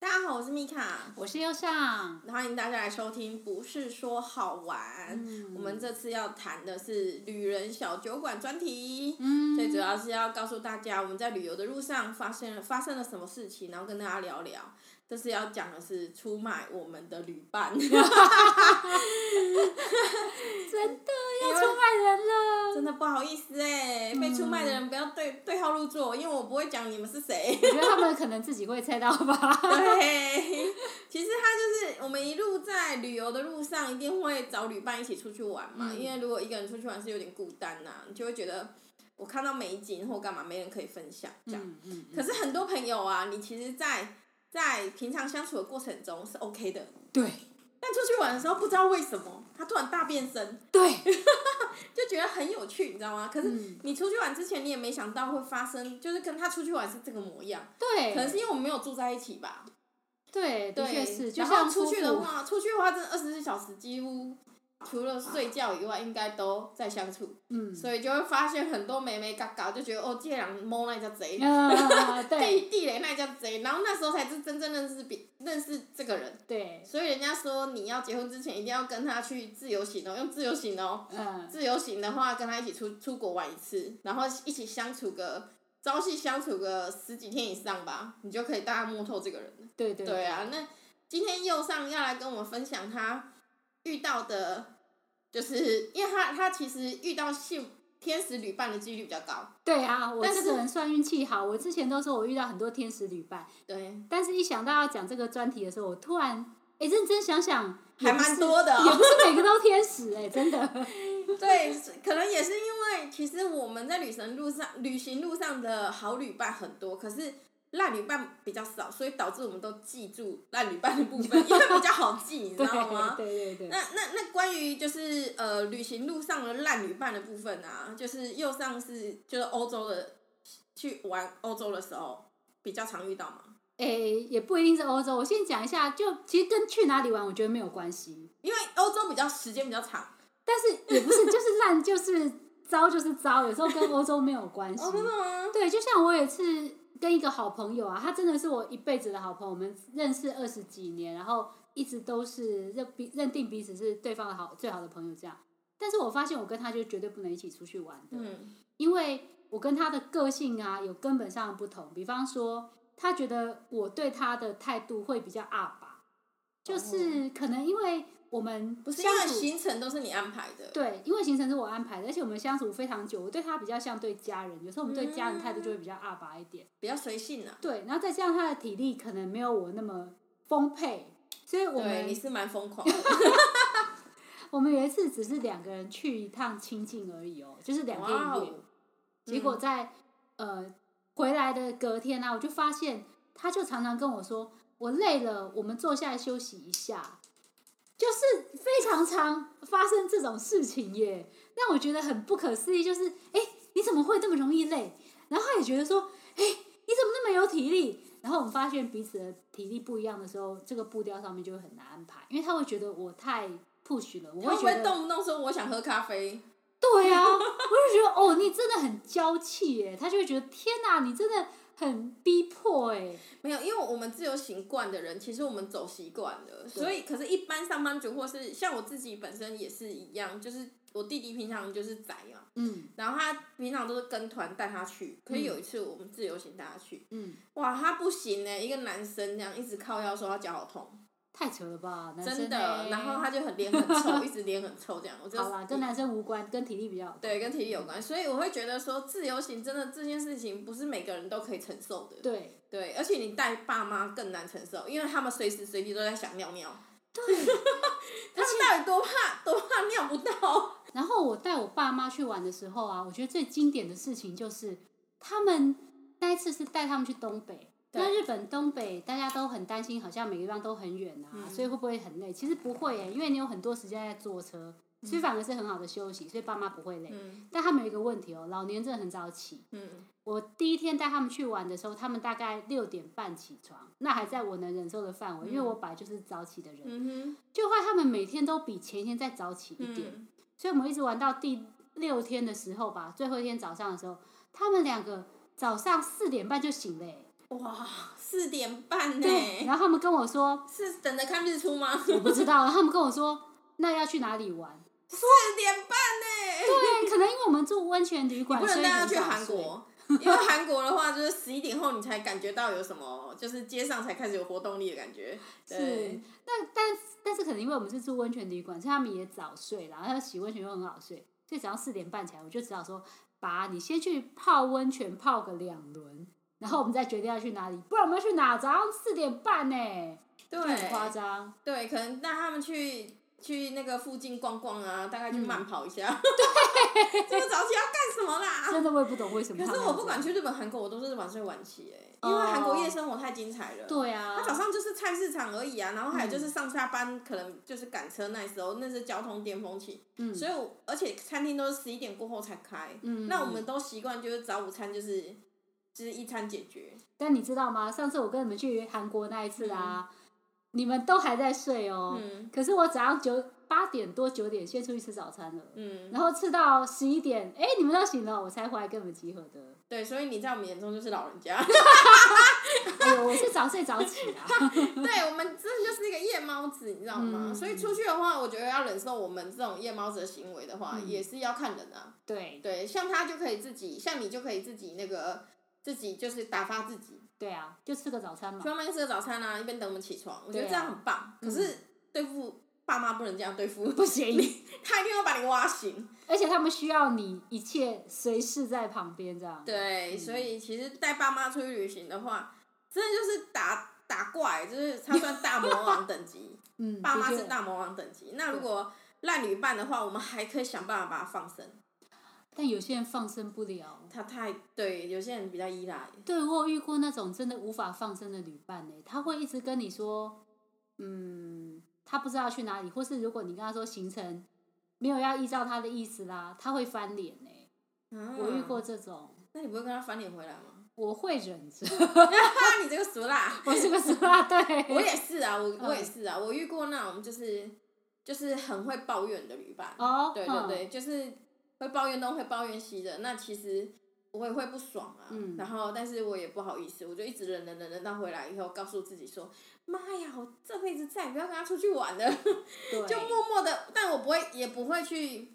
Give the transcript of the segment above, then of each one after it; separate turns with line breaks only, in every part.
大家好，我是米卡，
我是优尚，
欢迎大家来收听。不是说好玩，我们这次要谈的是旅人小酒馆专题。
嗯，
最主要是要告诉大家，我们在旅游的路上发现了发生了什么事情，然后跟大家聊聊。这次要讲的是出卖我们的旅伴，
真的要出卖人了，
真的不好意思哎、被出卖的人不要对对号入座，因为我不会讲你们是谁。
我觉得他们可能自己会猜到 吧。
对，其实他就是我们一路在旅游的路上，一定会找旅伴一起出去玩嘛。
嗯
因为如果一个人出去玩是有点孤单呐、你就会觉得我看到美景或干嘛，没人可以分享这样。
嗯嗯，
可是很多朋友啊，你其实在，在平常相处的过程中是 OK 的，
对
但出去玩的时候不知道为什么他突然大变身，
对，
就觉得很有趣，你知道吗？可是
嗯
你出去玩之前，你也没想到会发生，就是跟他出去玩是这个模样。可能
对
是因为我们没有住在一起吧。
对，的
对，
确是，就
然后
像
出去的
夫妇，
话，出去的话，这二十四小时几乎除了睡觉以外，应该都在相处，
嗯，
所以就会发现很多美美嘎嘎，就觉得哦，这人摸那叫贼，
啊， 对
地地雷那叫贼，然后那时候才是真正认识比认识这个人。
对，
所以人家说你要结婚之前一定要跟他去自由行哦，用自由行哦，
嗯，
自由行的话跟他一起出出国玩一次，然后一起相处个朝夕相处个十几天以上吧，你就可以大概摸透这个人了。
对对
对，啊，那今天右上要来跟我们分享他遇到的，就是因为他他其实遇到性天使旅伴的几率比较高，
对啊，我
但
这
是
个人算运气好，我之前都说我遇到很多天使旅伴，
对，
但是一想到要讲这个专题的时候，我突然哎认真想想，也
还
不是
蛮多的
也
哦、
不是每个都天使哎，真的，
对，可能也是因为其实我们在旅程路上、旅行路上的好旅伴很多，可是。烂旅伴比较少，所以导致我们都记住烂旅伴的部分，因为比较好记， 你知
对
道吗？
对对
那
对，
那那关于就是呃旅行路上的烂旅伴的部分啊，就是右上是就是欧洲的去玩欧洲的时候比较常遇到嘛，
诶，也不一定是欧洲，我先讲一下，就其实跟去哪里玩，我觉得没有关系，
因为欧洲比较时间比较长。
但是也不是，就是烂就是糟就是糟，有时候跟欧洲没有关系。
哦吗？
对，就像我有一次跟一个好朋友啊，他真的是我一辈子的好朋友，我们认识二十几年，然后一直都是认彼认定彼此是对方的好最好的朋友这样。但是我发现我跟他就绝对不能一起出去玩的，
嗯，
因为我跟他的个性啊有根本上的不同。比方说，他觉得我对他的态度会比较阿吧，就是可能因为我们
不哦是因
相
为
处
行程都是你安排的，
对，因为行程是我安排的，而且我们相处非常久，我对他比较像对家人，有时候我们对家人态度就会比较阿巴一点。
比较随性啊。
对，然后再加上他的体力可能没有我那么丰沛，所以我
对，你
们
是蛮疯狂的，
我们有一次只是两个人去一趟清境而已哦，就是两天
哇
一夜
哦。
结果在、呃回来的隔天呢、啊，我就发现他就常常跟我说：“我累了，我们坐下来休息一下。”就是非常常发生这种事情耶，让我觉得很不可思议。就是哎，诶你怎么会这么容易累？然后他也觉得说：“哎，你怎么那么有体力？”然后我们发现彼此的体力不一样的时候，这个步调上面就会很难安排，因为他会觉得我太 push 了，我
会
会
不
觉
会
得
动不动说我想喝咖啡？
对啊，我就觉得哦，你真的很娇气耶，他就会觉得天哪、你真的很逼迫哎，
没有，因为我们自由行惯的人，其实我们走习惯了，
对
所以可是，一般上班族或是像我自己本身也是一样，就是我弟弟平常就是宅啊嘛，
嗯
然后他平常都是跟团带他去，可是
嗯
有一次我们自由行带他去，
嗯，
哇，他不行呢、一个男生这样一直靠腰说他脚好痛，
太扯了吧，男生
真
欸
的，然后他就很脸很 臭，一直脸很臭这样，我就
好啦，跟男生无关，跟体力比较有关
对跟体力有关，所以我会觉得说自由行真的这件事情不是每个人都可以承受的，
对
对，而且你带爸妈更难承受，因为他们随时随地都在想尿尿，
对，
他们到底多怕多怕尿不到？
然后我带我爸妈去玩的时候啊，我觉得最经典的事情就是他们那一次是带他们去东北。
对
那日本东北大家都很担心，好像每个地方都很远啊，
嗯
所以会不会很累？其实不会耶、因为你有很多时间在坐车，所以反而是很好的休息，所以爸妈不会累。
嗯
但他们有一个问题哦，老年真的很早起。
嗯，
我第一天带他们去玩的时候，他们大概六点半起床，那还在我能忍受的范围，因为我本来就是早起的人。
嗯
就后来他们每天都比前一天再早起
哼，
一点，
嗯
所以我们一直玩到第六天的时候吧，最后一天早上的时候，他们两个早上四点半就醒了耶、
哇，四点半呢、欸
对，然后他们跟我说，
是等着看日出吗？
我不知道，他们跟我说，那要去哪里玩？
四点半呢、
对，可能因为我们住温泉旅馆，
不能
所以
带他
很
去
早
韩
睡。
国，因为韩国的话就是十一点后你才感觉到有什么，就是街上才开始有活动力的感觉。
是
对，，
但但但是可能因为我们是住温泉旅馆，所以他们也早睡啦，然后洗温泉又很好睡，所以只要四点半起来，我就只好说，爸，你先去泡温泉泡个两轮，然后我们再决定要去哪里，不然我们要去哪？早上四点半呢、就很夸
对，
张。
对，可能带他们去去那个附近逛逛啊，大概去
嗯
慢跑一 下。对，这么早起要干什么啦？
真的我也不懂为什么
啊可
他们要这
是
样。
我不管去日本、韩国，我都是晚睡晚起哎、
哦
因为韩国夜生活太精彩了。。
对啊嗯
他，早上就是菜市场而已啊，然后还有就是上下班，可能就是赶车那时候，那是交通巅峰期，
嗯
所以我而且餐厅都是十一点过后才开，
嗯，
那我们都习惯就是早午餐就是就是一餐解决，
但你知道吗？上次我跟你们去韩国那一次啊，你们都还在睡哦。
嗯
可是我早上九八点多九点先出去吃早餐了，
嗯，
然后吃到十一点，哎，你们都醒了，我才回来跟你们集合的。
对，所以你在我们眼中就是老人家，
哎呦，我是早睡早起啊。
对我们真的就是一个夜猫子，你知道吗？
嗯
所以出去的话，我觉得要忍受我们这种夜猫子的行为的话，
嗯
也是要看人啊，
对
对，像他就可以自己，像你就可以自己那个自己就是打发自己，
对啊，就吃个早餐嘛
去。外面吃个早餐啊，一边等我们起床，我觉得
对啊
这样很棒，可是对付。爸妈不能这样对付，
不行，
他一定要把你挖醒。
而且他们需要你一切随侍在旁边这样。
对，
嗯
所以其实带爸妈出去旅行的话，真的就是打打怪，就是他算大魔王等 级，
嗯，
爸妈
的
是
确
大魔王等级。那如果烂旅伴的话，我们还可以想办法把他放生。
但有些人放生不了。
他太对，有些人比较依赖。
对我有遇过那种真的无法放生的旅伴呢、他会一直跟你说，嗯，他不知道去哪里，或是如果你跟他说行程没有要依照他的意思啦，他会翻脸呢、我遇过
啊，
这种，
那你不会跟他翻脸回来吗？
我会忍着，
哈，你这个俗 辣！
我嗯是个死
啊
拉队，
我也是啊，我我也是啊，我遇过那种就是就是很会抱怨的旅伴。
哦，
对对
嗯，
对，就是会抱怨东会抱怨西的。那其实我也会不爽啊，
嗯
然后但是我也不好意思，我就一直忍忍忍忍到回来以后，告诉自己说，妈呀，我这辈子再也不要跟他出去玩了，
对，
就默默的，但我不会也不会去，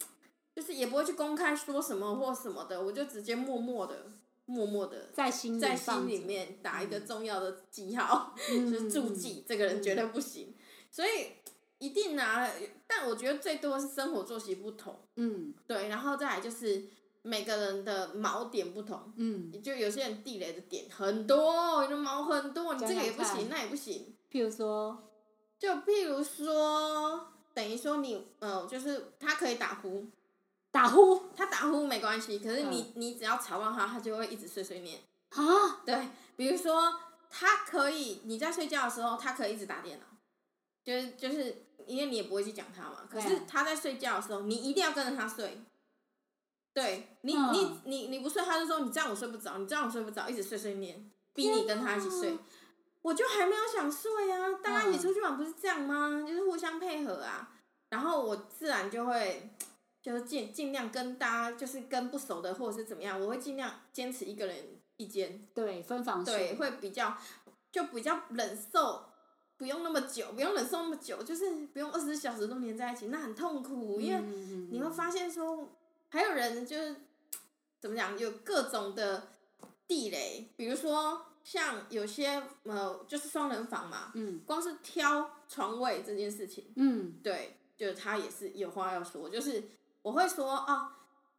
就是也不会去公开说什么或什么的，我就直接默默的默默的。
在心里
在
放
心里
着，
面打一个重要的记号，
嗯
就是注记，这个人绝对不行，所以一定啊。但我觉得最多是生活作息不同，
嗯
对，然后再来就是每个人的锚点不同，
嗯，
就有些人地雷的点很多，有的毛很多，你这
讲
个
讲
也不行，
看
那也不行。
譬如说，
就譬如说，等于说你，呃，就是他可以打呼，
打呼
他打呼没关系，可是你、你只要吵到他，他就会一直碎碎念。
啊，
对，比如说他可以你在睡觉的时候，他可以一直打电脑，就是就是因为你也不会去讲他嘛。可
对
是
啊
他在睡觉的时候，你一定要跟着他睡。对你、
嗯
你你你不睡，他就说你这样我睡不着，你这样我睡不着，一直碎碎念，逼你跟他一起
天
睡
哪。
我就还没有想睡啊，大家一起
嗯
出去玩不是这样吗？就是互相配合啊。然后我自然就会就是尽尽量跟大家就是跟不熟的或者是怎么样，我会尽量坚持一个人一间。
对，分房
对，
睡，
会比较就比较忍受，不用那么久，不用忍受那么久，就是不用二十四小时都黏在一起，那很痛苦，因为
嗯
你会发现说，还有人就是怎么讲，有各种的地雷，比如说像有些呃，就是双人房嘛，
嗯
光是挑床位这件事情，
嗯
对，就是他也是有话要说，就是我会说哦，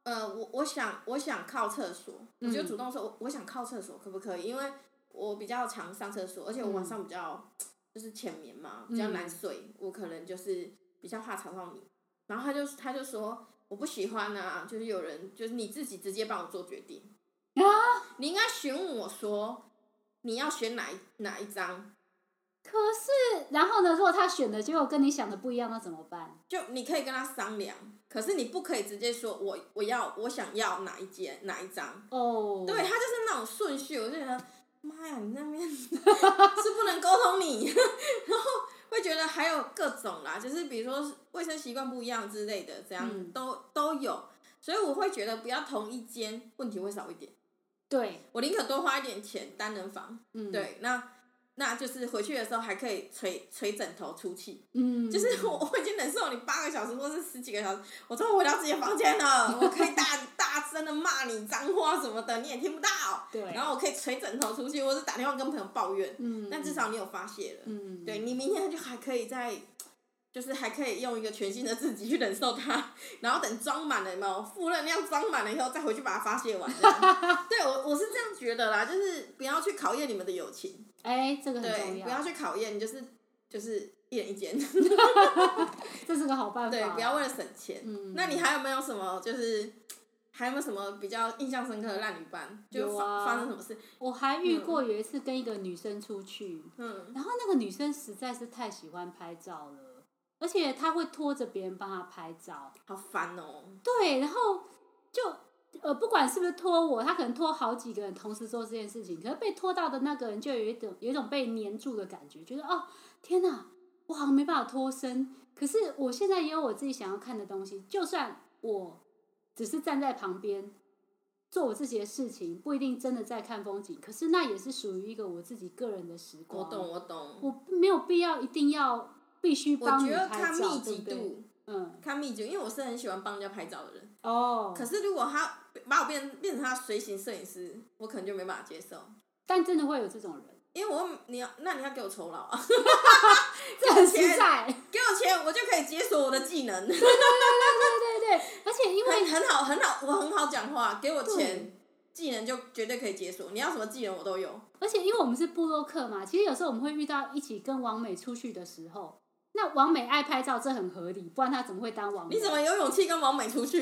呃，我我想我想靠厕所，我就
嗯
主动说我我想靠厕所可不可以？因为我比较常上厕所，而且我晚
嗯
上比较、就是浅眠嘛，比较难睡，我可能就是比较怕吵到你。然后他就他就说我不喜欢啊，就是有人就是你自己直接帮我做决定，
嗯啊，
你应该询问我说你要选哪一哪一张，
可是，然后呢？如果他选的结果跟你想的不一样，那怎么办？
就你可以跟他商量，可是你不可以直接说我我要我想要哪一间哪一张，
哦，
对他就是那种顺序，我就觉得妈呀，你那边 是不能沟通你， 然后会觉得还有各种啦，就是比如说卫生习惯不一样之类的，这样、
嗯
都都有，所以我会觉得不要同一间，问题会少一点。
对，
我宁可多花一点钱单人房，
嗯，，
对，那那就是回去的时候还可以捶捶枕头出气，
嗯，
就是我我已经忍受你八个小时或是十几个小时，我终于回到自己的房间了，我可以 大大声的骂你脏话什么的，你也听不到，
对，
然后我可以捶枕头出去，或是打电话跟朋友抱怨，
嗯，
但至少你有发泄了，
嗯，
对你明天就还可以再，就是还可以用一个全新的自己去忍受它，然后等装满了有没有负能量装满了以后，再回去把它发泄完这 样。对我我是这样觉得啦，就是不要去考验你们的友情，
哎、这个很重
对，不要
要，
去考验，就是就是一人一间，
这是个好办法，
对，不要为了省钱。
嗯，
那你还有没有什么就是？还有没有什么比较印象深刻的烂旅伴？就
有
发、
啊
发生什么事？
我还遇过有一次跟一个女生出去，
嗯，
然后那个女生实在是太喜欢拍照了，而且她会拖着别人帮她拍照，
好烦哦、
对，然后就呃不管是不是拖我，她可能拖好几个人同时做这件事情，可是被拖到的那个人就有一种有一种被黏住的感觉，觉得哦天哪，我好像没办法脱身，可是我现在也有我自己想要看的东西，就算我只是站在旁边。做我自己的事情，不一定真的在看风景，可是那也是属于一个我自己个人的时光。
我懂，我懂。
我没有必要一定要必须
我
帮
觉
你
得
拍
看
照，
密
对
集
不对？
度，
嗯，
看密集度，因为我是很喜欢帮人家拍照的人。
哦
可，是如果他把我变变成他随行摄影师，我可能就没办法接受，
但真的会有这种人，
因为我会你要那你要给我酬劳啊，
这 很实在，对
给我钱我就可以解锁我的技能，
对对，而且因为
很很好很好，我很好讲话，给我
对
钱。技能就绝对可以解锁，你要什么技能我都有。
而且因为我们是部落客嘛，其实有时候我们会遇到一起跟王美出去的时候，那王美爱拍照，这很合理，不然她怎么会当王美？
你怎么有勇气跟王美出去？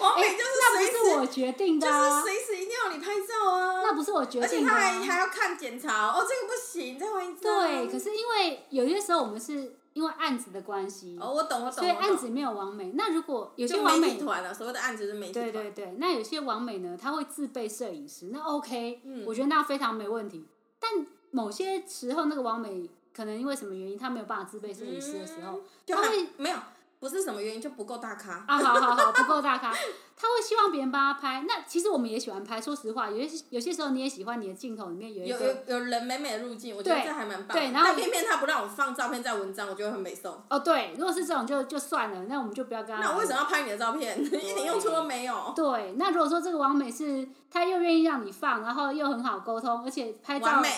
王美就是
那
随
不
时、
是我决定的、
就是
啊，
随时一定要你拍照啊，
那不是我决
而且
定的、
他还
啊。
还要看检查哦，这个不行，再换一张。
对，可是因为有些时候我们是因为案子的关系，
哦，我懂，我懂。
所以
我懂
案子没有王美。那如果有些
就
王
媒
美
体团啊，所谓的案子就是媒体团。
对对对，那有些网美呢，她会自备摄影师，那 OK，、
嗯
我觉得那非常没问题。但某些时候，那个网美可能因为什么原因，她没有办法自备摄影师的时候，
就
他
还
会
没有，不是什么原因就不够大咖。
啊，好好好，不够大咖，她会希望别人帮她拍。那其实我们也喜欢拍，说实话，有些有些时候你也喜欢你的镜头里面有一
有
个。
有有人美美的入境，我觉得
对
这还蛮棒的。
对然后
但偏偏他不让我放照片在文章，我就会很美受。
哦，对，如果是这种就就算了，那我们就不要跟她。
那我为什么要拍你的照片？一点用处都没有。
对，那如果说这个网美是她又愿意让你放，然后又很好沟通，而且拍
完
照
美，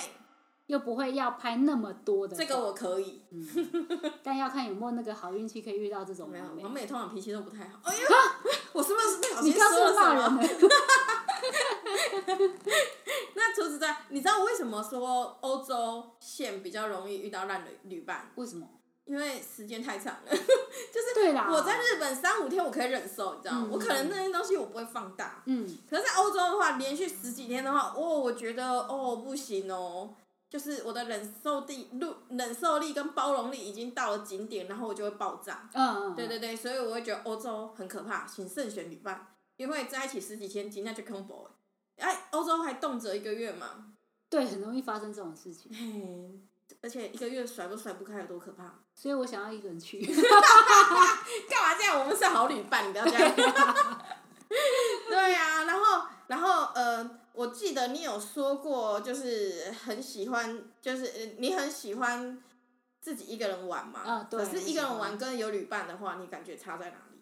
又不会要拍那么多的话，
这个我可以。
但要看有没有那个好运气可以遇到这种
没有
完，美
完。美通常脾气都不太好。哎呀， 我是不是不小
啊你
心
刚
说
是
了
骂
什
人
么？
的，
那除此之外，你知道为什么说欧洲线比较容易遇到烂旅旅伴？
为什么？
因为时间太长了。
对啦，
我在日本三五天我可以忍受，你知道吗？
啊嗯
我可能那些东西我不会放大，
嗯，
可是，在欧洲的话，连续十几天的话，哦，我觉得哦不行哦，就是我的忍受力、忍忍受力跟包容力已经到了顶点，然后我就会爆炸。
嗯嗯，
对对对，所以我会觉得欧洲很可怕，请慎选旅伴，因为在一起十几天，今天就 combo 哎，欧洲还动辄一个月 嘛，
对，很容易发生这种事情，
嘿，而且一个月甩都甩不开，有多可怕？
所以我想要一个人去。
干嘛这样？我们是好旅伴，你不要这样。对啊，然后然后呃，我记得你有说过，就是很喜欢，就是呃你很喜欢自己一个人玩嘛。
啊对
可是一个
我
人
喜欢
玩跟有旅伴的话，你感觉差在哪里？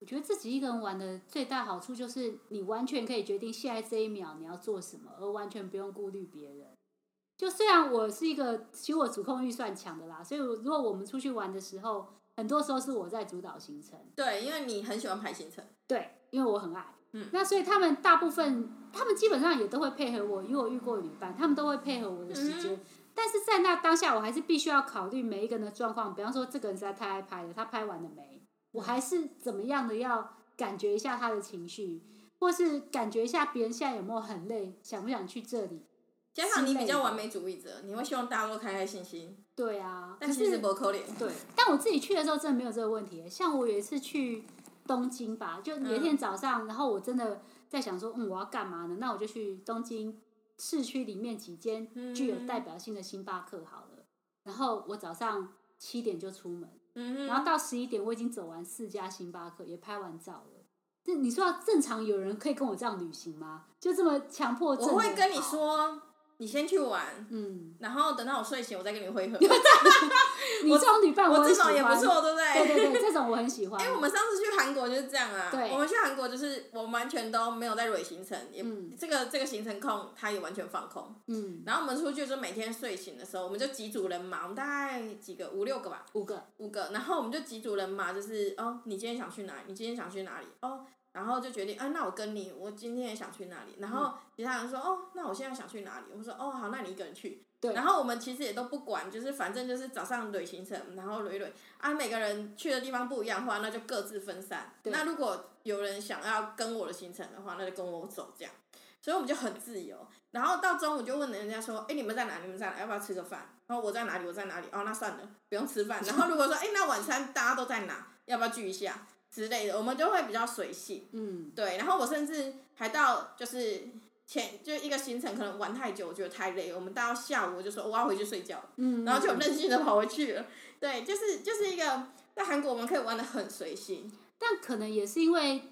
我觉得自己一个人玩的最大好处就是，你完全可以决定下一这一秒你要做什么，而完全不用顾虑别人。就虽然我是一个，其实我主控预算强的啦，所以如果我们出去玩的时候，很多时候是我在主导行程。
对，因为你很喜欢排行程。
对，因为我很爱。
嗯
那所以他们大部分，他们基本上也都会配合我，因为我遇过旅伴，他们都会配合我的时
嗯
间。但是在那当下，我还是必须要考虑每一个人的状况。比方说，这个人实在太爱拍了，他拍完了没？
嗯
我还是怎么样的要感觉一下他的情绪，或是感觉一下别人现在有没有很累，想不想去这里？
加上你比
之类
较
的
完美主义者，你会希望大家都开开心心，
对啊，
但其
可
实
是
不可怜。
对，但我自己去的时候真的没有这个问题。像我有一次去东京吧，就有一天早上，然后我真的在想说，嗯，我要干嘛呢？那我就去东京市区里面几间具有代表性的星巴克好了。然后我早上七点就出门，
嗯哼，
然后到十一点我已经走完四家星巴克，也拍完照了。这你说要正常有人可以跟我这样旅行吗？就这么强迫症？
我会跟你，说，你先去玩，
嗯，
然后等到我睡醒，我再跟你会合。
你这种旅 伴
我
很
这
喜欢，
种也不错， 对不
对
对？
对对，这种我很喜欢
因为。我们上次去韩国就是这样啊，
对
我们去韩国就是我们完全都没有在蕊行程，也、
嗯
这个这个行程控他也完全放空。
嗯，
然后我们出去就每天睡醒的时候，我们就几组人嘛，我们大概几个五六个吧，
五个，
五个，然后我们就几组人嘛，就是哦，你今天想去哪里？你今天想去哪里？哦，然后就决定啊，那我跟你，我今天也想去哪里？然
嗯
后其他人说哦，那我现在想去哪里？我说哦，好，那你一个人去。
对
然后我们其实也都不管，就是反正就是早上捋行程，然后捋一捋啊，每个人去的地方不一样的话，那就各自分散。
对
那如果有人想要跟我的行程的话，那就跟我走这样。所以我们就很自由。然后到中午就问人家说：“哎，你们在哪？你们在哪？要不要吃个饭？”然后我在哪里？我在哪里？哦，那算了，不用吃 饭。然后如果说：“哎，那晚餐大家都在哪？要不要聚一下？”之类的，我们就会比较随性。
嗯，
对，然后我甚至还到就是前就一个行程可能玩太久，我觉得太累，我们到下午我就说我要回去睡觉了，
嗯，
然后就
嗯
任性的跑回去了。对，就是就是一个在韩国我们可以玩的很随性。
但可能也是因为，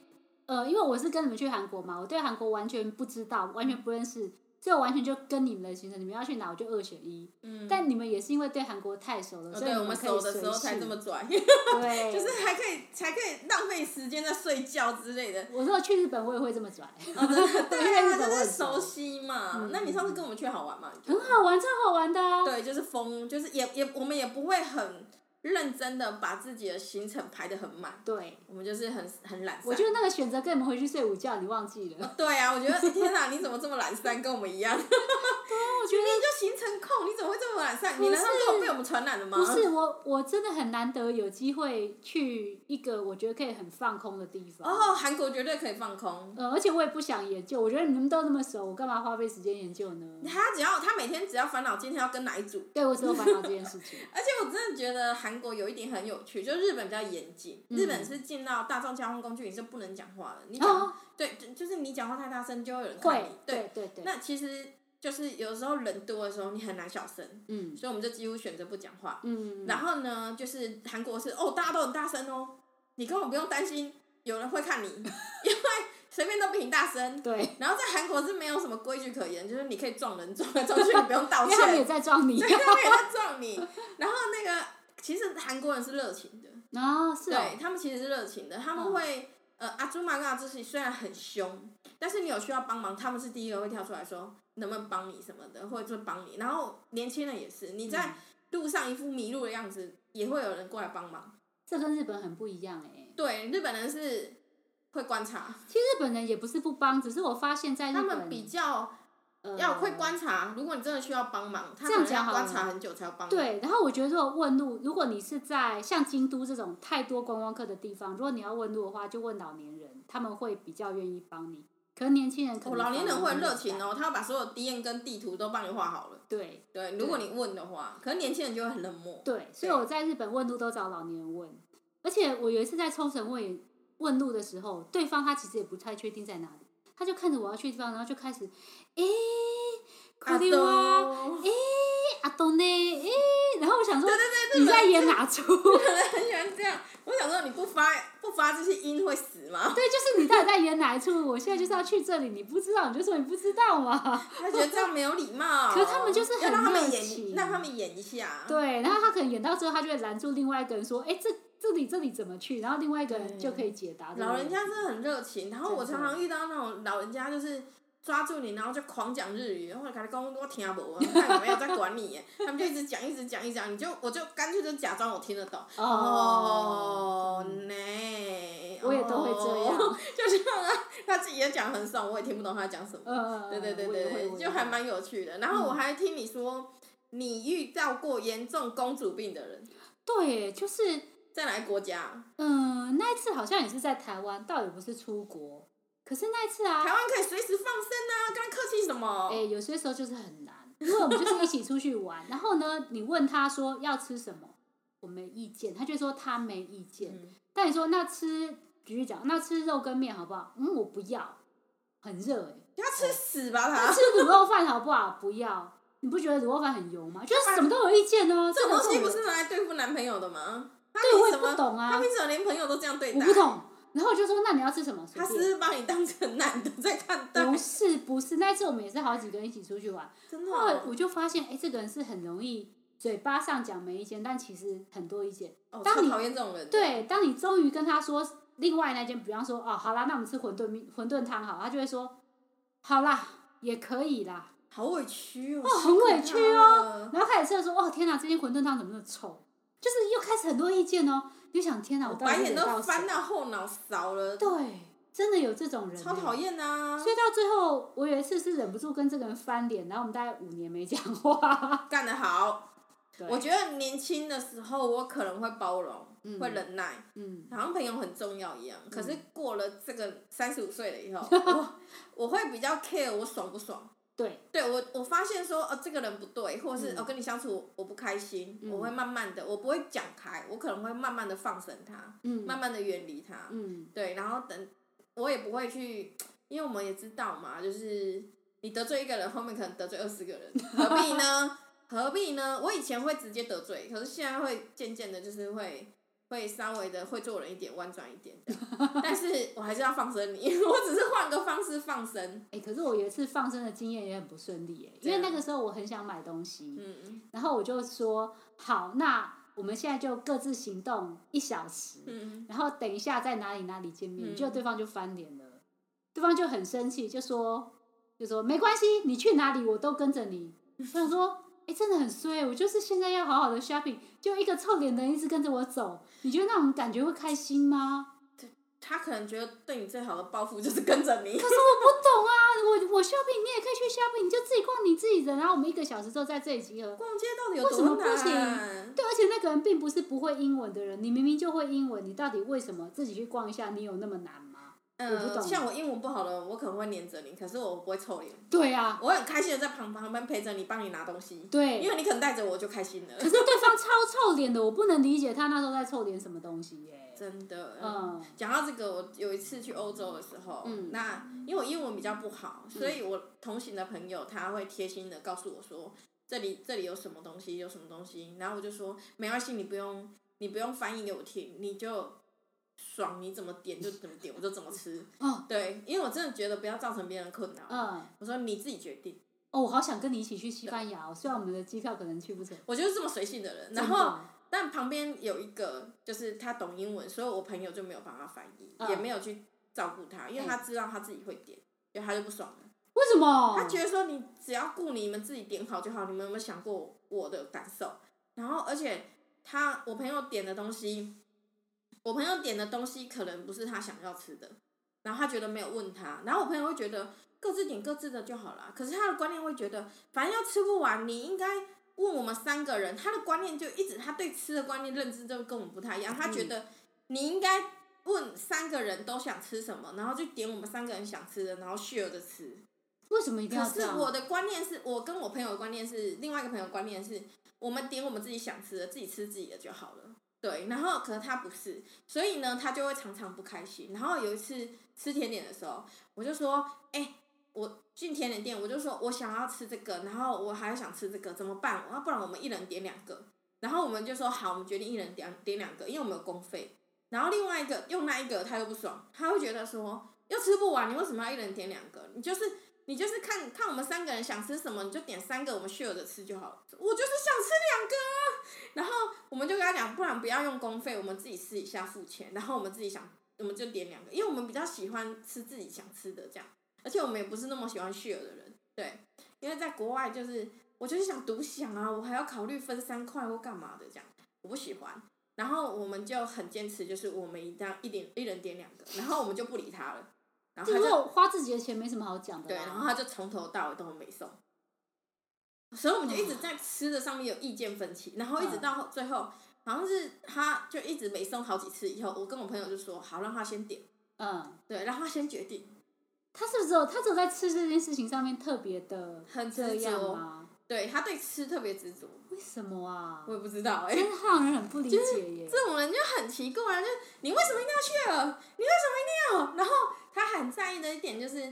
呃，因为我是跟你们去韩国嘛，我对韩国完全不知道，完全不认识，所以我完全就跟你们的行程，你们要去哪我就二选一。
嗯，
但你们也是因为对韩国太熟了，
哦
所以
对，
你
我们
可以
熟
随
的时候才
性
这么拽，
对，
就是还可以才可以浪费时间在睡觉之类的。
我说去日本我也会这么拽，
对
因为
啊，
日本
就
我
是
很熟嗯
熟悉嘛。那你上次跟我们去好玩吗？你觉得
很好玩，超好玩的、啊。
对，就是疯，就是也也我们也不会很认真的把自己的行程排得很满。
对，
我们就是很很懒散。
我就是那个选择跟你们回去睡午觉，你忘记了。
对啊，我觉得天哪，你怎么这么懒散，跟我们一样？ 你
啊我觉得
就行程控，你怎么会这么懒散？
不
你难道跟
是
我被我们传染了吗？
不是我，我真的很难得有机会去一个我觉得可以很放空的地方。
哦，韩国绝对可以放空。
呃，而且我也不想研究，我觉得你们都那么熟，我干嘛花费时间研 究呢？
他只要他每天只要烦恼今天要跟哪一组，
对我只有烦恼这件事情。
而且我真的觉得韩国有一点很有趣，就是日本比较严谨，
嗯
日本是进到大众交通工具你是不能讲话的， 你讲、
哦，
对，就就是你讲话太大声就会有人看
会
你，，对，
对对对，
那其实就是有时候人多的时候你很难小声，
嗯
所以我们就几乎选择不讲话，
嗯，
然后呢，就是韩国是哦，大家都很大声哦，你根本不用担心有人会看你，因 为随便都比你大声。
对，
然后在韩国是没有什么规矩可言，就是你可以撞人，撞来撞去，你不用道
因为他们也
歉，
在 撞 你啊
对，他们也在撞你。然后那个其实韩国人是热情的，
啊，是哦，
对他们其实是热情的，他
嗯
们会、呃阿朱玛跟阿朱西虽然很凶，但是你有需要帮忙，他们是第一个会跳出来说能不能帮你什么的，或者是帮你。然后年轻人也是，你
嗯
在路上一副迷路的样子，也会有人过来帮忙。
这跟日本很不一样哎。
对，日本人是会观察，
其实日本人也不是不帮，只是我发现在日
他
本
们比较
呃
要会观察。如果你真的需要帮忙，他
这样
们
讲
要
好
观
了
察很久才有帮你。
对，然后我觉得如果问路，如果你是在像京都这种太多观光客的地方，如果你要问路的话，就问老年人，他们会比较愿意帮你。可能年轻人可
哦，
能
老年人会
反而
很
没有
热情哦，他会把所有 D N 跟地图都帮你画好了。
带。对
对，如果你问的话，可能年轻人就会很冷漠。
对，所以我在日本问路都找老年人问，而且我有一次在冲绳问也问路的时候，对方他其实也不太确定在哪里，他就看着我要去的地方，然后就开始，诶、
阿
これは
东
诶、阿东呢？诶、然后我想说，
对
你
对
在 演哪出？
可能很喜欢这样。我想说，你不发不发这些音会死 吗？
对，就是你到底在演哪一出？我现在就是要去这里，你不知道你就说你不知 道嘛。
他觉得这样没有礼貌。
可是他们就是很
要让他们
热情
演，让他们演一下。
对，然后他可能演到最后，他就会拦住另外一个人说：“哎，这这里这里怎么去？”然后另外一个人就可以解答。
啊老人
对
家嗯真的很热情，然后我
真
常
的
常遇到那种老人家就是。抓住你，然后就狂讲日语，然后跟他讲我听不 懂，啊看有没有在管你耶，他们就一直讲，一直讲，一直讲，你就我就干脆就假装我听得懂。
不对
哦
哦，，
呢，
我也都会这样
哦就是让他他自己也讲得很爽，我也听不懂他讲什么。
呃，
对对对
我也
对
会嗯
对，就还。蛮有趣的。然后我还听你说，你遇到过严重公主病的人，
我也会对，就是
在哪个国家？
嗯、呃那一次好像也是在台湾，倒也不是出国。可是那一次啊
台，湾可以随时放生啊，跟他客气什么
哎、？有些时候就是很难，因为我们就是一起出去玩，然后呢，你问他说要吃什么，我没意见，他就说他没意见。
嗯
但你说那吃，举例讲，那吃肉跟面好不好？嗯，我不要，很热哎、
给他吃屎吧
那
他！
吃卤肉饭好不好？不要，你不觉得卤肉饭很油吗？就是什么都有意见哦、
这种
个
东西
我
不是拿来对付男朋友的吗？他
对，我
凭
也
什
不
么？
懂
他
啊，
凭什么连朋友都这样对
我
待？
不懂。然后我就说那你要吃什么？随
他是不
便
是把你当成男的在看待？
不是不是，那次我们也是好几个人一起出去玩，
真的
后来
哦，
我就发现，哎、这个人是很容易嘴巴上讲没意见，但其实很多意见。
哦
当
超
你
讨厌这种人。，
对，当你终于跟他说另外那间，比方说，哦，好啦，那我们吃馄饨面馄饨汤好，他就会说，好啦，也可以啦。
好委屈哦，
哦很委屈
哦。
然后开始吃的时候，哦，天哪，这间馄饨汤怎么那么臭？就是又开始很多意见哦，你就想，天哪，
我
到底
白眼
惹
都
到
翻
谁？
到后脑勺了，
对，真的有这种人、欸
超讨。厌啊呐
所！以到最后，我有一次是忍不住跟这个人翻脸，然后我们大概五年没讲话。
干得好，
对
我觉得年轻的时候我可能会包容，会忍耐，
嗯，
好像朋友很重要一样。可是过了这个三十五岁了以 后，我我会比较 care 我爽不爽。
对，
对我，我发现说，哦，这个人不对，或者是、
嗯
哦，跟你相处我我不开心，
嗯
我会慢慢的，我不会讲开，我可能会慢慢的放生他，
嗯
慢慢的远离他，
嗯，
对，然后等，我也不会去，因为我们也知道嘛，就是你得罪一个人，后面可能得罪二十个人，何必呢？何必呢？我以前会直接得罪，可是现在会渐渐的，就是会会稍微的会做人一点，婉转一点这样但是我还是要放生你， 我只是换个方式放生，
哎、可是我有一次放生的经验也很不顺利哎、
怎
因
样
为那个时候我很想买东西，
嗯
然后我就说好，那我们现在就各自行动一小时，
嗯，
然后等一下在哪里哪里见面，
嗯
结果对方就翻脸了，对方就很生气，就说就说没关系，你去哪里我都跟着你。我想说，哎、真的很衰，我就是现在要好好的 shopping，就一个臭脸的人一直跟着我走，你觉得那种感觉会开心吗？
他可能觉得对你最好的报复就是跟着你。
可是我不懂啊，我我 shopping 你也可以去 shopping，你就自己逛你自己的，然后我们一个小时之后在这里集合。
逛街到底有
为什
多
么不行
难？
对，而且那个人并不是不会英文的人，你明明就会英文，你到底为什么自己去逛一下？你有那么难吗？我不
嗯，
懂
像我英文不好的，我可能会黏着你，可是我不会臭脸，
对啊，
我很开心的在旁旁边陪着你，帮你拿东西，因
对。
为你可能带着我就开心了
可，是对方超臭脸的，我不能理解他那时候在臭脸什么东西耶、
真的。
嗯
讲到这个，我有一次去欧洲的时候，
嗯
那因为我英文比较不好，所以我同行的朋友他会贴心的告诉我说，这里这里有什么东西，有什么东西，然后我就说没关系，你不用你不用翻译给我听，你就爽你怎么点就怎么点，我就怎么吃。
哦，
对，因为我真的觉得不要造成别人困扰。
嗯，
我说你自己决定，
哦，我好想跟你一起去西班牙、哦，虽然我们的机票可能去不成。
我就是这么随性的人。
真
然
的
后，但旁边有一个就是他懂英文，所以我朋友就没有帮他翻译，
嗯
也没有去照顾他，因为
嗯
他知道他自己会点，所以他就不爽了。
为什么？
他觉得说你只要顾你们自己点好就好，你们有没有想过我的感受？然后，而且他我朋友点的东西，我朋友点的东西可能不是他想要吃的，然后他觉得没有问他，然后我朋友会觉得各自点各自的就好啦。可是他的观念会觉得，反正要吃不完，你应该问我们三个人。他的观念就一直他对吃的观念认知就跟我们不太一样，他觉得你应该问三个人都想吃什么，然后就点我们三个人想吃的，然后 share 着吃。
为什么一定
可
要这
是
样？
我的观念是我跟我朋友的观念是另外一个朋友的观念是，我们点我们自己想吃的，自己吃自己的就好了。对，然后可能他不是，所以呢，他就会常常不开心。然后有一次吃甜点的时候，我就说，哎、我进甜点店，我就说我想要吃这个，然后我还想吃这个，怎么办？要不然我们一人点两个。然后我们就说好，我们决定一人点点两个，因为我们有公费。然后另外一个用那一个他又不爽，他会觉得说又吃不完，你为什么要一人点两个？你就是你就是看看我们三个人想吃什么，你就点三个，我们 share 着吃就好了。我就是想吃两个啊，然后我们就跟他讲，不然不要用公费，我们自己吃一下付钱，然后我们自己想，我们就点两个，因为我们比较喜欢吃自己想吃的这样，而且我们也不是那么喜欢 share 的人，对，因为在国外就是我就是想独享啊，我还要考虑分三块或干嘛的这样，我不喜欢。然后我们就很坚持，就是我们一定要一点一人点两个，然后我们就不理他了，然后
就
他就是
花自己的钱没什么好讲的
对，
啦。
然后他就从头到尾都没送，所以我们就一直在吃的上面有意见分歧，然后一直
嗯
到最后，好像是他就一直没送好几次，以后我跟我朋友就说好让他先点，
嗯。
对，让他先决定，
他是不是有他只有在吃这件事情上面特别的
很
这
执
样
着，
吗？
对他对吃特别执着，
为什么啊
我？也不知道哎、
真的让人很不理解耶。
这种人就很奇怪，啊就是你为什么一定要去了？你为什么一定要？然后他很在意的一点就是，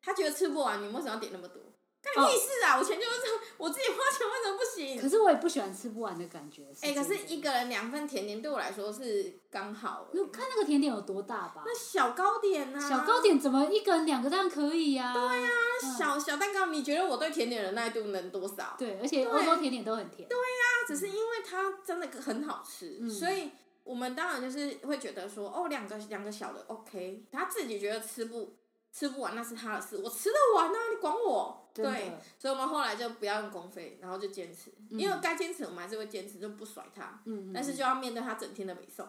他觉得吃不完，你为什么要点那么多？干
哦
屁事啊！我钱就是我自己花钱，为什么不行？
可是我也不喜欢吃不完的感觉。
哎、可
真的
是一个人两份甜点对我来说是刚好。
你看那个甜点有多大吧？
那小糕点呢、啊？
小糕点怎么一个人两个蛋可以呀、对呀、
那小小蛋糕，你觉得我对甜点的耐度能多少？
对，而且欧洲甜点都很甜。对，
它只是因为它真的很好吃，
嗯
所以我们当然就是会觉得说，哦，两个两个小的 OK，他自己觉得吃不吃不完那是他的事，我吃得完啊，你管我？
真的
对，所以我们后来就不要用公费，然后就坚持，因为该坚持我们还是会坚持，就不甩他，
嗯，嗯
但是就要面对他整天的美颂，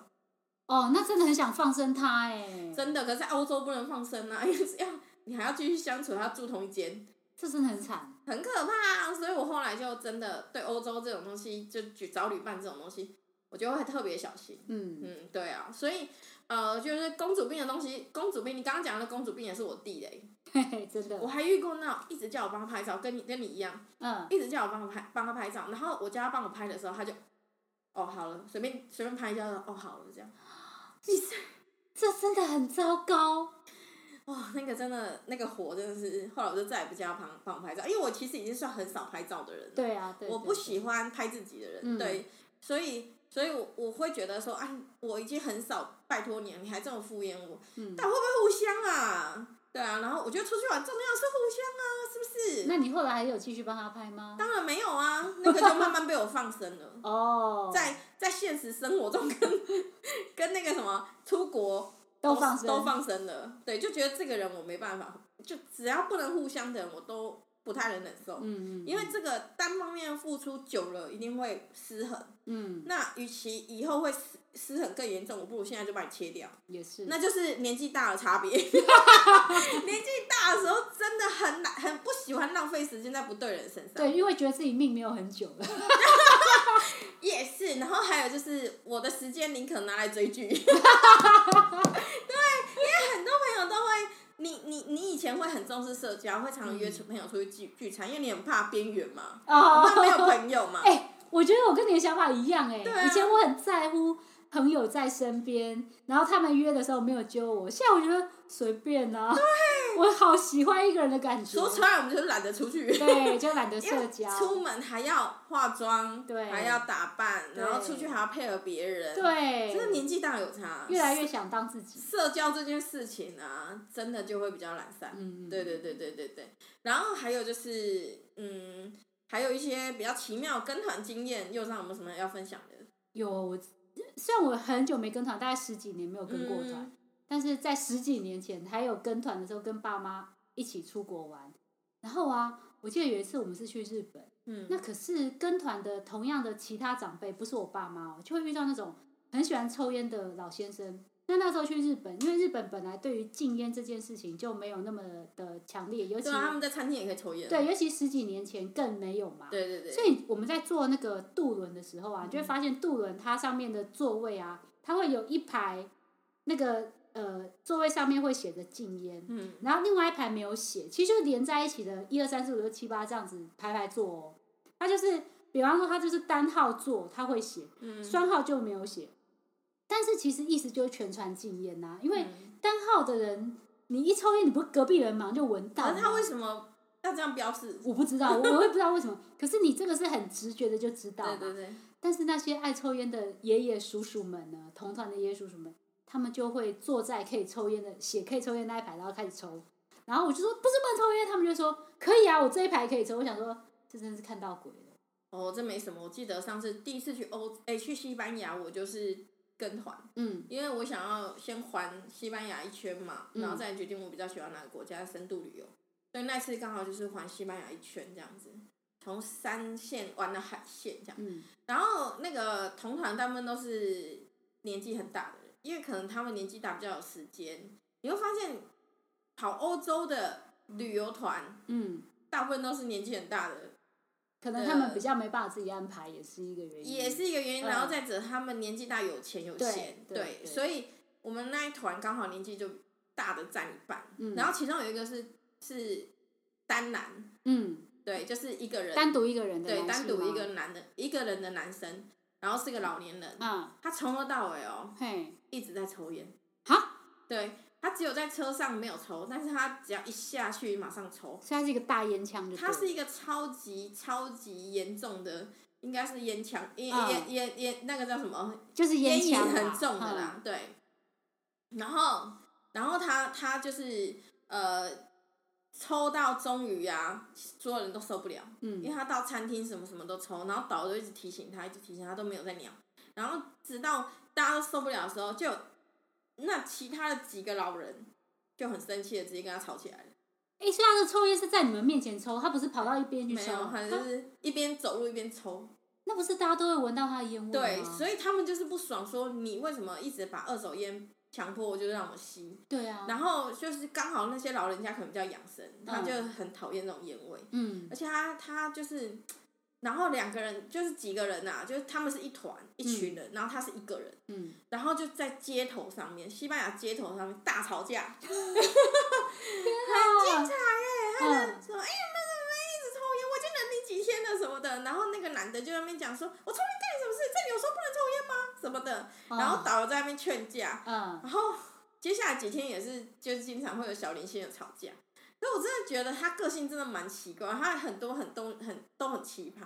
哦，那真的很想放生它哎、
真的。可是在欧洲不能放生啊，因 为是要你还要继续相处，还要住同一间。
这真的很惨。
很可怕、啊，所以我后来就真的对欧洲这种东西，就去找旅伴这种东西，我就会特别小心。
嗯，
嗯，对啊，所以呃，就是公主病的东西，公主病，你刚刚讲的公主病也是我弟的欸、
嘿嘿，真
我
的，
还遇过那种一直叫我帮他拍照，跟你跟你一样，
嗯，
一直叫我帮他拍帮他拍照，然后我叫他帮我拍的时候，他就哦好了，随便随便拍一下，哦好了这样。
这真的很糟糕。
哇、那个真的，那个火真的是，后来我就再也不叫他帮帮我拍照，因为我其实已经算很少拍照的人了。
对啊，对
我
对
不
对
喜欢拍自己的人，
嗯
对，所以所以我我会觉得说，啊，我已经很少拜托你了，你还这么敷衍我，
嗯
但会不会互相啊？对啊，然后我觉得出去玩重要是互相啊，是不是？
那你后来还有继续帮他拍吗？。
当然没有啊，那个就慢慢被我放生了
哦，
在在现实生活中跟跟那个什么出国
都
是
放生，
都放生了，对，就觉得这个人我没办法，就只要不能互相的人，我都不太能忍受，
嗯，嗯嗯，
因为这个单方面付出久了一定会失衡。
嗯
那与其以后会失失衡更严重，我不如现在就把你切掉。
也是，
那就是年纪大的差 别。年纪大的时候真的很难，很不喜欢浪费时间在不对人身上。
对，因为觉得自己命没有很久了，
也是，然后还有就是我的时间宁可拿来追 剧。对，因为很多朋友都会，你你你以前会很重视社交，会常常约出朋友出去聚聚餐，因为你很怕边缘嘛，
哦
怕没有朋友嘛。
哎、我觉得我跟你的想法一样哎、
对啊
以前我很在乎朋友在身边，然后他们约的时候没有揪我，现在我觉得随便啊，我好喜欢一个人的感觉
说，出来我们就是懒得出去。
对，就懒得
因
社
为
交，
出门还要化妆，
对
还要打扮，
对
然后出去还要配合别人，，
对，
真的年纪大有差，
越来越想当自己，
社交这件事情啊，真的就会比较懒散，
嗯，嗯
对对，对对对对，然后还有就是，嗯，还有一些比较奇妙跟团经验，又让我们什么要分享的？
有我，虽然我很久没跟团，大概十几年没有跟过团，
嗯
但是在十几年前还有跟团的时候，跟爸妈一起出国玩，然后啊，我记得有一次我们是去日本。那
嗯，
可是跟团的同样的其他长辈，不是我爸妈哦，就会遇到那种很喜欢抽烟的老先生。那那时候去日本，因为日本本来对于禁烟这件事情就没有那么的强烈，尤其
对啊，他们在餐厅也可以抽烟，
对，尤其十几年前更没有嘛。
对对对，嗯
所以我们在坐那个渡轮的时候啊，你就会发现渡轮它上面的座位啊，它会有一排那个呃座位上面会写着禁烟，
嗯，
然后另外一排没有写，其实就连在一起的，一二三四五六七八这样子排排坐哦。它就是，比方说它就是单号坐，它会写，
嗯
双号就没有写。但是其实意思就是全船禁烟呐、因为
嗯
单号的人，你一抽烟，你不是隔壁人马上就闻到
可
吗？
是他为什么要这样标示？
我不知道，我我也不知道为什么。可是你这个是很直觉的就知道嘛
对对对，
但是那些爱抽烟的爷爷叔叔们呢，同团的爷爷叔叔们，他们就会坐在可以抽烟的写可以抽烟那一排，然后开始抽。然后我就说不是不能抽烟，他们就说可以啊，我这一排可以抽。我想说这真是看到鬼了。
哦，这没什么。我记得上次第一次去欧，哎、去西班牙，我就是跟团，
嗯
因为我想要先环西班牙一圈嘛，
嗯
然后再决定我比较喜欢哪个国家深度旅游。所以那次刚好就是环西班牙一圈这样子，从山线玩到海线这样。
嗯
然后那个同团大部分都是年纪很大的人，因为可能他们年纪大比较有时间。你会发现，跑欧洲的旅游团
嗯，
大部分都是年纪很大的人，
可能他们比较没办法自己安排，也是一个原因。
也是一个原因。
嗯
然后再者，他们年纪大，有钱有闲，
对对对
所以我们那一团刚好年纪就大的占一半。
嗯
然后其中有一个是是单男，
嗯，
对，就是一个人，
单独一个人的
对，
男性
单独一
吗
个男的，一个人的男生，然后是个老年人，
啊
他从头到尾哦
嘿
一直在抽烟，
哈
对。他只有在车上没有抽，但是他只要一下去马上抽。
所以它是一个大烟枪嗯就对
它
了，
是一个超级超级严重的，应该是烟枪烟
嗯
烟烟烟那个叫什么
就是烟
烟瘾
枪
很
啦
重的啦，对。然后然后他他就是呃抽到终于啊，所有人都受不了，
嗯
因为他到餐厅什么什么都抽，然后导游一直提醒他，一直提醒他都没有在鸟，然后直到大家都受不了的时候，就有那其他的几个老人就很生气的直接跟他吵起来了。
哎、所以他的抽烟是在你们面前抽，他不是跑到一边去
没
抽啊
有，，他
它
就是一边走路一边抽。
那不是大家都会闻到他的烟味
对，
吗
所以他们就是不爽，说你为什么一直把二手烟强迫就让我吸？
对啊，
然后就是刚好那些老人家可能比较养生，他就很讨厌那种烟味，
嗯
而且他他就是，然后两个人就是几个人呐、啊，就是他们是一团一群人，然后他是一个人，
嗯，
然后就在街头上面，西班牙街头上面大吵架， 哎
很精彩耶，
说哎呀，那个人一直抽烟，我已经忍你几天了什么的。然后那个男的就在那边讲说，我抽烟干你什么事？这里有说不能抽烟吗？什么的。
嗯，
然后导游在那边劝架，
嗯，
然后接下来几天也是，就是经常会有小林先生吵架。所以我真的觉得他个性真的蛮奇怪，他很多很多很都很奇葩。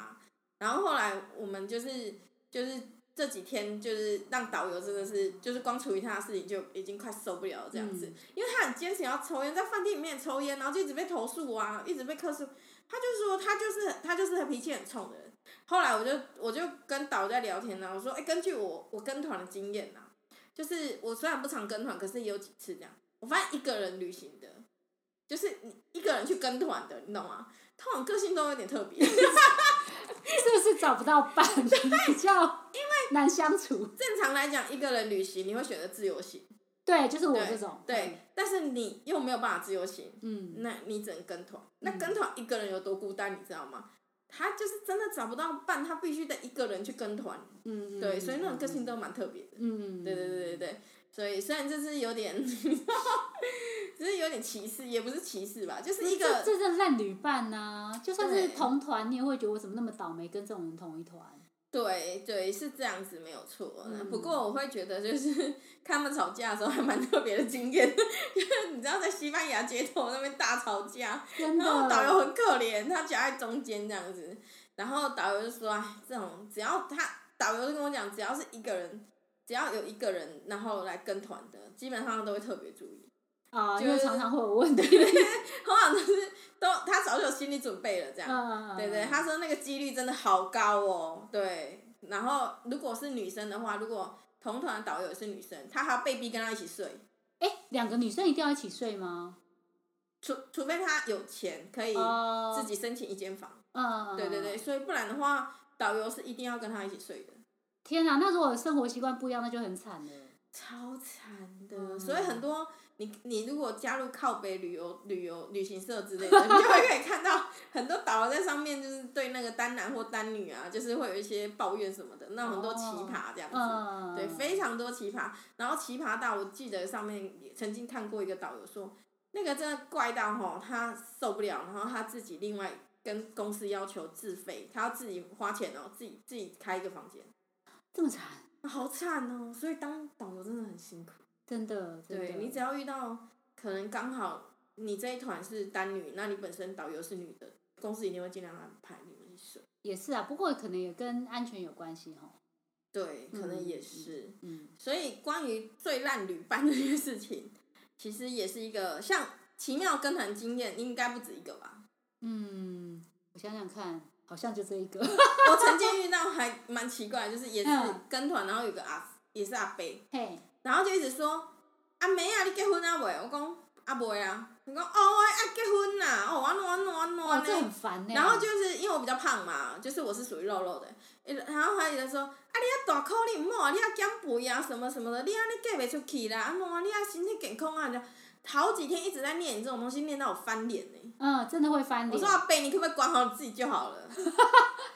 然后后来我们就是就是这几天就是让导游真的是就是光处理他的事情就已经快受不了了这样子，
嗯
因为他很坚持要抽烟，在饭店里面抽烟，然后就一直被投诉啊，一直被客诉。他就说他就是他就是脾气很冲的人。后来我就我就跟导游在聊天呢、我说哎、根据我我跟团的经验呐、就是我虽然不常跟团，可是也有几次这样，我发现一个人旅行的，就是你一个人去跟团的，你懂吗？通常个性都有点特别。
是不是找不到伴比较难相处？
正常来讲，一个人旅行你会选择自由行，
对，就是我
对
这种，
对，但是你又没有办法自由行，
嗯，
那你只能跟团。那跟团一个人有多孤单，你知道吗？他就是真的找不到伴，他必须得一个人去跟团。
嗯嗯，
对，
嗯
所以那种个性都蛮特别的。
嗯，
对对对对对，所以虽然这是有点， 只是有点歧视，也不是歧视吧，就是一
这
个
这是烂旅伴呐、就算
对
是同团，你也会觉得我怎么那么倒霉，跟这种人同一团。
对对是这样子没有错。
嗯
不过我会觉得就是 看他们吵架的时候还蛮特别的经验， 就是你知道在西班牙街头那边大吵架，
真的，
然后导游很可 怜，他夹在中间这样子。然后导游就说：“哎，这种只要他导游就跟我讲，只要是一个人，只要有一个人然后来跟团的，基本上都会特别注意。
啊、
就
因为
是
常常会有问题。
通常都是都他早就有心理准备了这样。
嗯，
对对，他说那个几率真的好高哦。对，然后如果是女生的话，如果同团的导游是女生，她还要被逼跟她一起睡，
哎，两个女生一定要一起睡吗？
除除非她有钱可以
哦，
自己申请一间房。
嗯，
对对对，。所以不然的话，导游是一定要跟她一起睡的。
天哪，那如果生活习惯不一样，那就很惨了。
超惨的，
嗯
所以很多你你如果加入靠北旅游旅游旅行社之类的，你就会可以看到很多导游在上面就是对那个单男或单女啊，就是会有一些抱怨什么的，那很多奇葩这样子，
嗯，
对，非常多奇葩。然后奇葩到我记得上面也曾经看过一个导游说，那个真的怪到吼他受不了，然后他自己另外跟公司要求自费，他要自己花钱哦，自己自己开一个房间，
这么惨，
好惨哦。所以当导游真的很辛苦。
真的，真的
对你只要遇到可能刚好你这一团是单女，那你本身导游是女的，公司一定会尽量安排你们去睡。
也是啊，不过可能也跟安全有关系哦。
对，可能
嗯
也
嗯
是。
嗯，
所以关于最烂旅伴这件事情，其实也是一个像奇妙跟团经验，应该不止一个吧。
嗯，我想想看，好像就这一 个。
我曾经遇到还蛮奇怪的，就是也是
嗯
跟团，然后有个阿也是阿伯，
嘿，
然后就一直说阿妹啊，你结婚啊未？我讲啊未啊，你讲哦我啊结婚啦、哦安怎安怎安怎
哇，
呢
这很烦呢。
然后就是因为我比较胖嘛，就是我是属于肉肉的，诶然后他就说，啊你啊大口你唔好啊，你啊减肥啊什么什么的，你啊你嫁袂出去啦，啊喏啊你啊身体健康啊，就好几天一直在念你这种东西，念到我翻脸呢、
嗯，真的会翻
我
脸
说。阿贝，你可不可以管好你自己就好 了？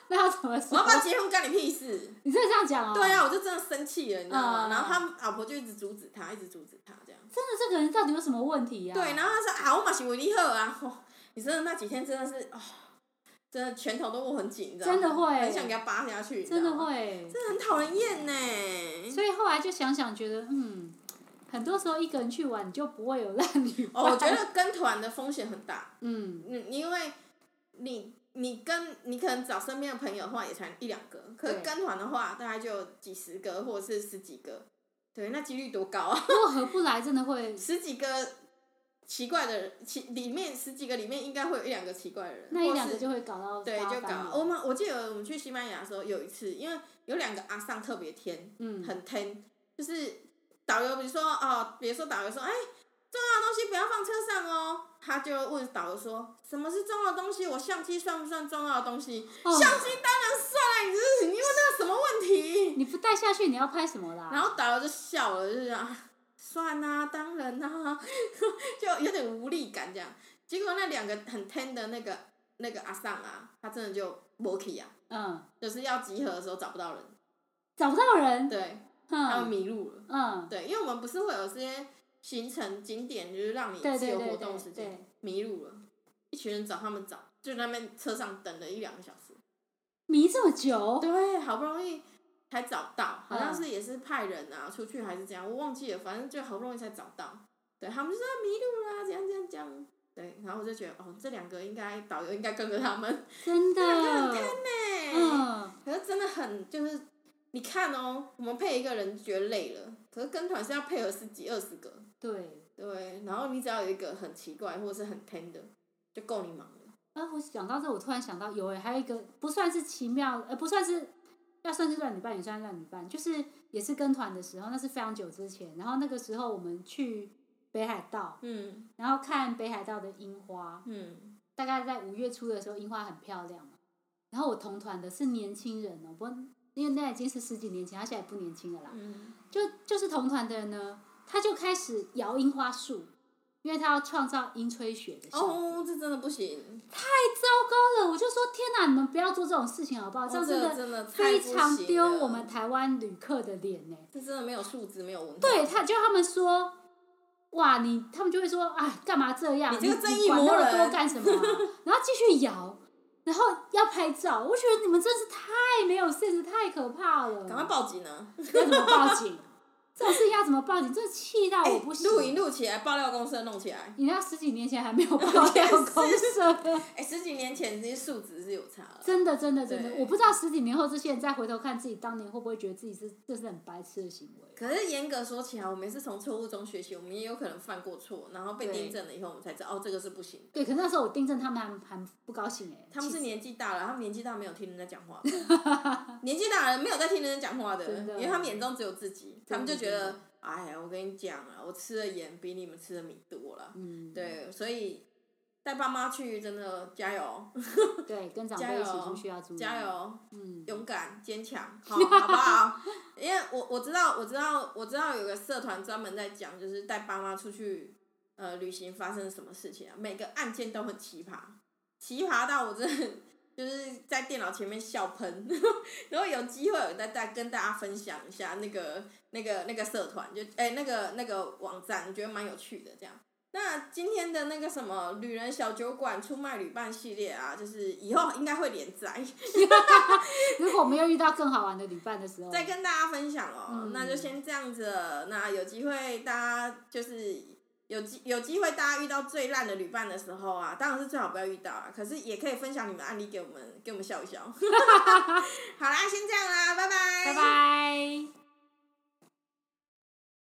那要怎么
我
说
要？不要结婚干你屁事？
你真的这样讲哦？
对啊，我就真的生气了，你知道吗？
嗯
然后他老婆就一直阻止他，一直阻止他这样。
真的这个人到底有什么问题呀、
对，然后他说啊，我嘛是为你好啊，哦你真的那几天真的是哦，真的拳头都握很紧，你知道吗？
真的会
很想给他扒下去，你知
真的
道吗
会，
真的很讨人厌呢。
所以后来就想想，觉得嗯，很多时候一个人去玩，你就不会有烂 旅伴。
哦，我觉得跟团的风险很大，
嗯，
嗯，因为你你跟你可能找身边的朋友的话也才一两个，可是
对
跟团的话大概就几十个或者是十几个，对，那几率多高啊！
如果合不来，真的会。
十几个奇怪的人，其里面十几个里面应该会有一两个奇怪的人，
那一
或
两
是
个就会搞到
对
大家
就
翻
搞。哦
脸
我们我记得我们去西班牙的时候有一次，因为有两个阿桑特别天，
嗯，
很天，就是导游比如说哦，比如说导游说，哎、重要的东西不要放车上哦。他就问导游说：“什么是重要的东西？我相机算不算重要的东西？
哦
相机当然算了，啊你这是你问他什么问题？”
你不带下去，你要拍什么啦？
然后导游就笑了，就是啊，算啦、当然啦、 就有点无力感这样。结果那两个很 ten 的那个那个阿尚啊，他真的就 m o k 啊，
嗯，
就是要集合的时候找不到人，
找不到人，
对，他们
嗯
迷路了。
嗯，
对，因为我们不是会有这些行程景点，就是让你
对
自
对
由
对
活
对
动时间，
对，
迷路了，一群人找他们找，就在那边车上等了一两个小时，
迷这么久，
对，好不容易。才找到，好
嗯
像是也是派人啊、出去还是怎样，我忘记了，反正就好不容易才找到。对他们就说啊迷路啦、怎样怎样怎样。对，然后我就觉得哦，这两个应该导游应该跟着他们。
真的，
对、
嗯，
可是真的很就是，你看哦，我们配一个人觉得累了，可是跟团是要配合十几二十个，
对。
对，然后你只要有一个很奇怪或者是很 t e n 的，就够你忙了。
啊，我想到这，我突然想到有诶、还有一个不算是奇妙，呃，不算是要算是乱旅伴，也算是乱旅伴，就是也是跟团的时候，那是非常久之前，然后那个时候我们去北海道，
嗯
然后看北海道的樱花，
嗯，
大概在五月初的时候，樱花很漂亮嘛。然后我同团的是年轻人哦，不过因为那已经是十几年前，他现在也不年轻了啦。
嗯
就就是同团的人呢，他就开始摇樱花树，因为他要创造樱吹雪的效果。
哦，这真的不行，
糟糕了！我就说天哪，你们不要做这种事情好不好？这样
哦这
真
个
的
真的太
非
不
常
行
丢
了
我们台湾旅客的脸呢、
这真的没有素质，没有文化。
对，他就他们说，哇，你他们就会说，哎，干嘛这样？
你
你
这个正义
你管
魔
那么多
人
干什么啊、然后继续摇，然后要拍照，我觉得你们真是太没有 sense，太可怕了。
赶快报警啊！
要怎么报警？这种事情要怎么报警？真的气到我哎不行。
哎录影录起来，爆料公社弄起来。
你那十几年前 还没有爆料公社，
哎，十几年前这些素质是有差了。
真的真的真的，
对
我不知道十几年后这些人再回头看自己当年会不会觉得自己是这是很白痴的行为。
可是严格说起来，我们也是从错误中学习，我们也有可能犯过错，然后被
对
订正了以后，我们才知道哦，这个是不行。
对，可是那时候我订正他们还还不高兴哎、
他们
气
是
死
年纪大了，他们年纪大没有听人家讲话 的，年纪大人没有在听人家讲话的，
真的
因为他们眼中只有自己，他们就觉
真
得
的，
哎呀，我跟你讲啊，我吃的盐比你们吃的米多了，
嗯，
对，所以带爸妈去真的加油，
嗯对，跟长
加
辈一起
油
出去要注意，
加，油，
嗯，
勇敢坚强，好，好不好？因为我我知道，我知道，我知道有个社团专门在讲，就是带爸妈出去呃旅行发生什么事情啊，每个案件都很奇葩，奇葩到我真的就是在电脑前面笑喷。 然后有机会我再再跟大家分享一下那个那个那个社团，就哎、那个那个网站，我觉得蛮有趣的这样。那今天的那个什么旅人小酒馆出卖旅伴系列啊，就是以后应该会连载。
如果我们又遇到更好玩的旅伴的时候，
再跟大家分享哦。
嗯
那就先这样子了。那有机会大家就是有机有机会大家遇到最烂的旅伴的时候啊，当然是最好不要遇到啊。可是也可以分享你们案 例给我们，给我们笑一笑。好啦，先这样啦，拜拜，
拜拜。